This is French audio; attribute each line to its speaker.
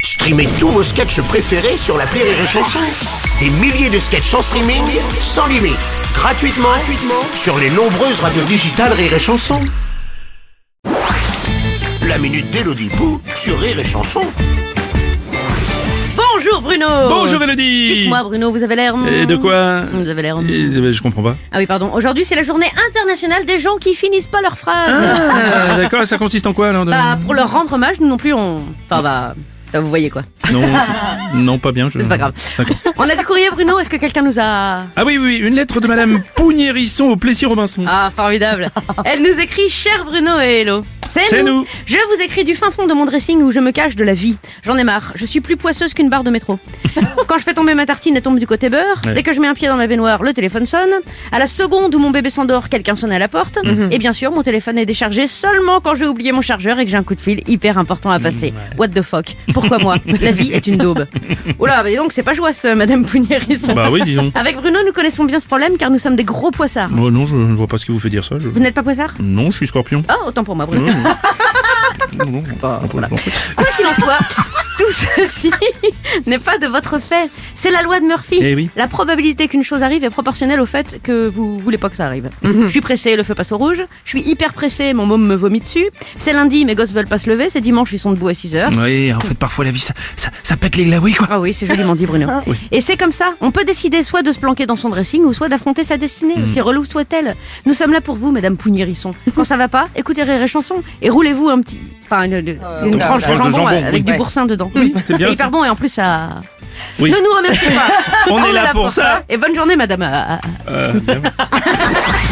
Speaker 1: Streamez tous vos sketchs préférés sur la Rire et Chanson. Des milliers de sketchs en streaming, sans limite, gratuitement, gratuitement sur les nombreuses radios digitales Rire et Chanson. La minute d'Elodie Pou sur Rire et Chanson.
Speaker 2: Bonjour Bruno
Speaker 3: Bonjour Elodie
Speaker 2: Dites-moi Bruno, vous avez l'air... hum,
Speaker 3: Et de quoi
Speaker 2: Vous avez l'air... hum.
Speaker 3: Et- Eh, mais Je comprends pas.
Speaker 2: Ah oui, pardon. Aujourd'hui, c'est la journée internationale des gens qui finissent pas leurs phrases.
Speaker 3: Ah, d'accord, ça consiste en quoi alors de-
Speaker 2: Bah, pour leur rendre hommage, nous non plus, on... Enfin, bah... bah, Vous voyez quoi.
Speaker 3: Non, non, pas bien. je-
Speaker 2: C'est pas grave.
Speaker 3: D'accord.
Speaker 2: On a du courrier, Bruno. Est-ce que quelqu'un nous a.
Speaker 3: Ah oui, oui, oui, une lettre de Madame Pougnérisson au Plessis-Robinson.
Speaker 2: Ah, formidable. Elle nous écrit Cher Bruno et Hello.
Speaker 3: C'est nous.
Speaker 2: Je vous écris du fin fond de mon dressing où je me cache de la vie. J'en ai marre. Je suis plus poisseuse qu'une barre de métro. Quand je fais tomber ma tartine, elle tombe du côté beurre.
Speaker 3: Ouais.
Speaker 2: Dès que je mets un pied dans ma baignoire, le téléphone sonne. À la seconde où mon bébé s'endort, quelqu'un sonne à la porte.
Speaker 3: Mhm.
Speaker 2: Et bien sûr, mon téléphone est déchargé seulement quand j'ai oublié mon chargeur et que j'ai un coup de fil hyper important à
Speaker 3: Mhm,
Speaker 2: passer. What the fuck Pourquoi moi La vie est une daube. Oula, mais donc c'est pas joie, ce, Madame Pougnérisson.
Speaker 3: Bah oui, dis donc.
Speaker 2: Avec Bruno, nous connaissons bien ce problème car nous sommes des gros poissards.
Speaker 3: Oh, non, je ne vois pas ce qui vous fait dire ça. je-
Speaker 2: Vous n'êtes pas poissard
Speaker 3: Non, je suis scorpion.
Speaker 2: Oh, autant pour moi, Bruno.
Speaker 3: Non, non. Non, non,
Speaker 2: bah,
Speaker 3: non, non.
Speaker 2: Quoi qu'il en soit, tout ceci n'est pas de votre fait. C'est la loi de Murphy.
Speaker 3: Eh oui.
Speaker 2: La probabilité qu'une chose arrive est proportionnelle au fait que vous voulez pas que ça arrive.
Speaker 3: Mmh.
Speaker 2: Je suis pressée, le feu passe au rouge. Je suis hyper pressée, mon môme me vomit dessus. C'est lundi, mes gosses veulent pas se lever. C'est dimanche, ils sont debout à 6 heures.
Speaker 3: Oui, en fait, parfois la vie, ça, ça, ça pète les glaouis, quoi.
Speaker 2: Ah oui, c'est joliment dit, Bruno.
Speaker 3: Oui.
Speaker 2: Et c'est comme ça. On peut décider soit de se planquer dans son dressing ou soit d'affronter sa destinée, aussi relou soit-elle. Nous sommes là pour vous, Madame Pougnérisson. Quand ça va pas, écoutez Rire et Chanson et roulez-vous un petit. Enfin, une, une tranche de
Speaker 3: Euh, tranche de
Speaker 2: jambon,
Speaker 3: jambon,
Speaker 2: avec
Speaker 3: oui.
Speaker 2: du boursin dedans.
Speaker 3: c'est bien,
Speaker 2: hyper
Speaker 3: ça.
Speaker 2: bon et en plus, ça.
Speaker 3: Oui.
Speaker 2: Ne nous remerciez pas.
Speaker 3: On est là pour ça.
Speaker 2: Et bonne journée, Madame. euh,
Speaker 3: Euh, bien.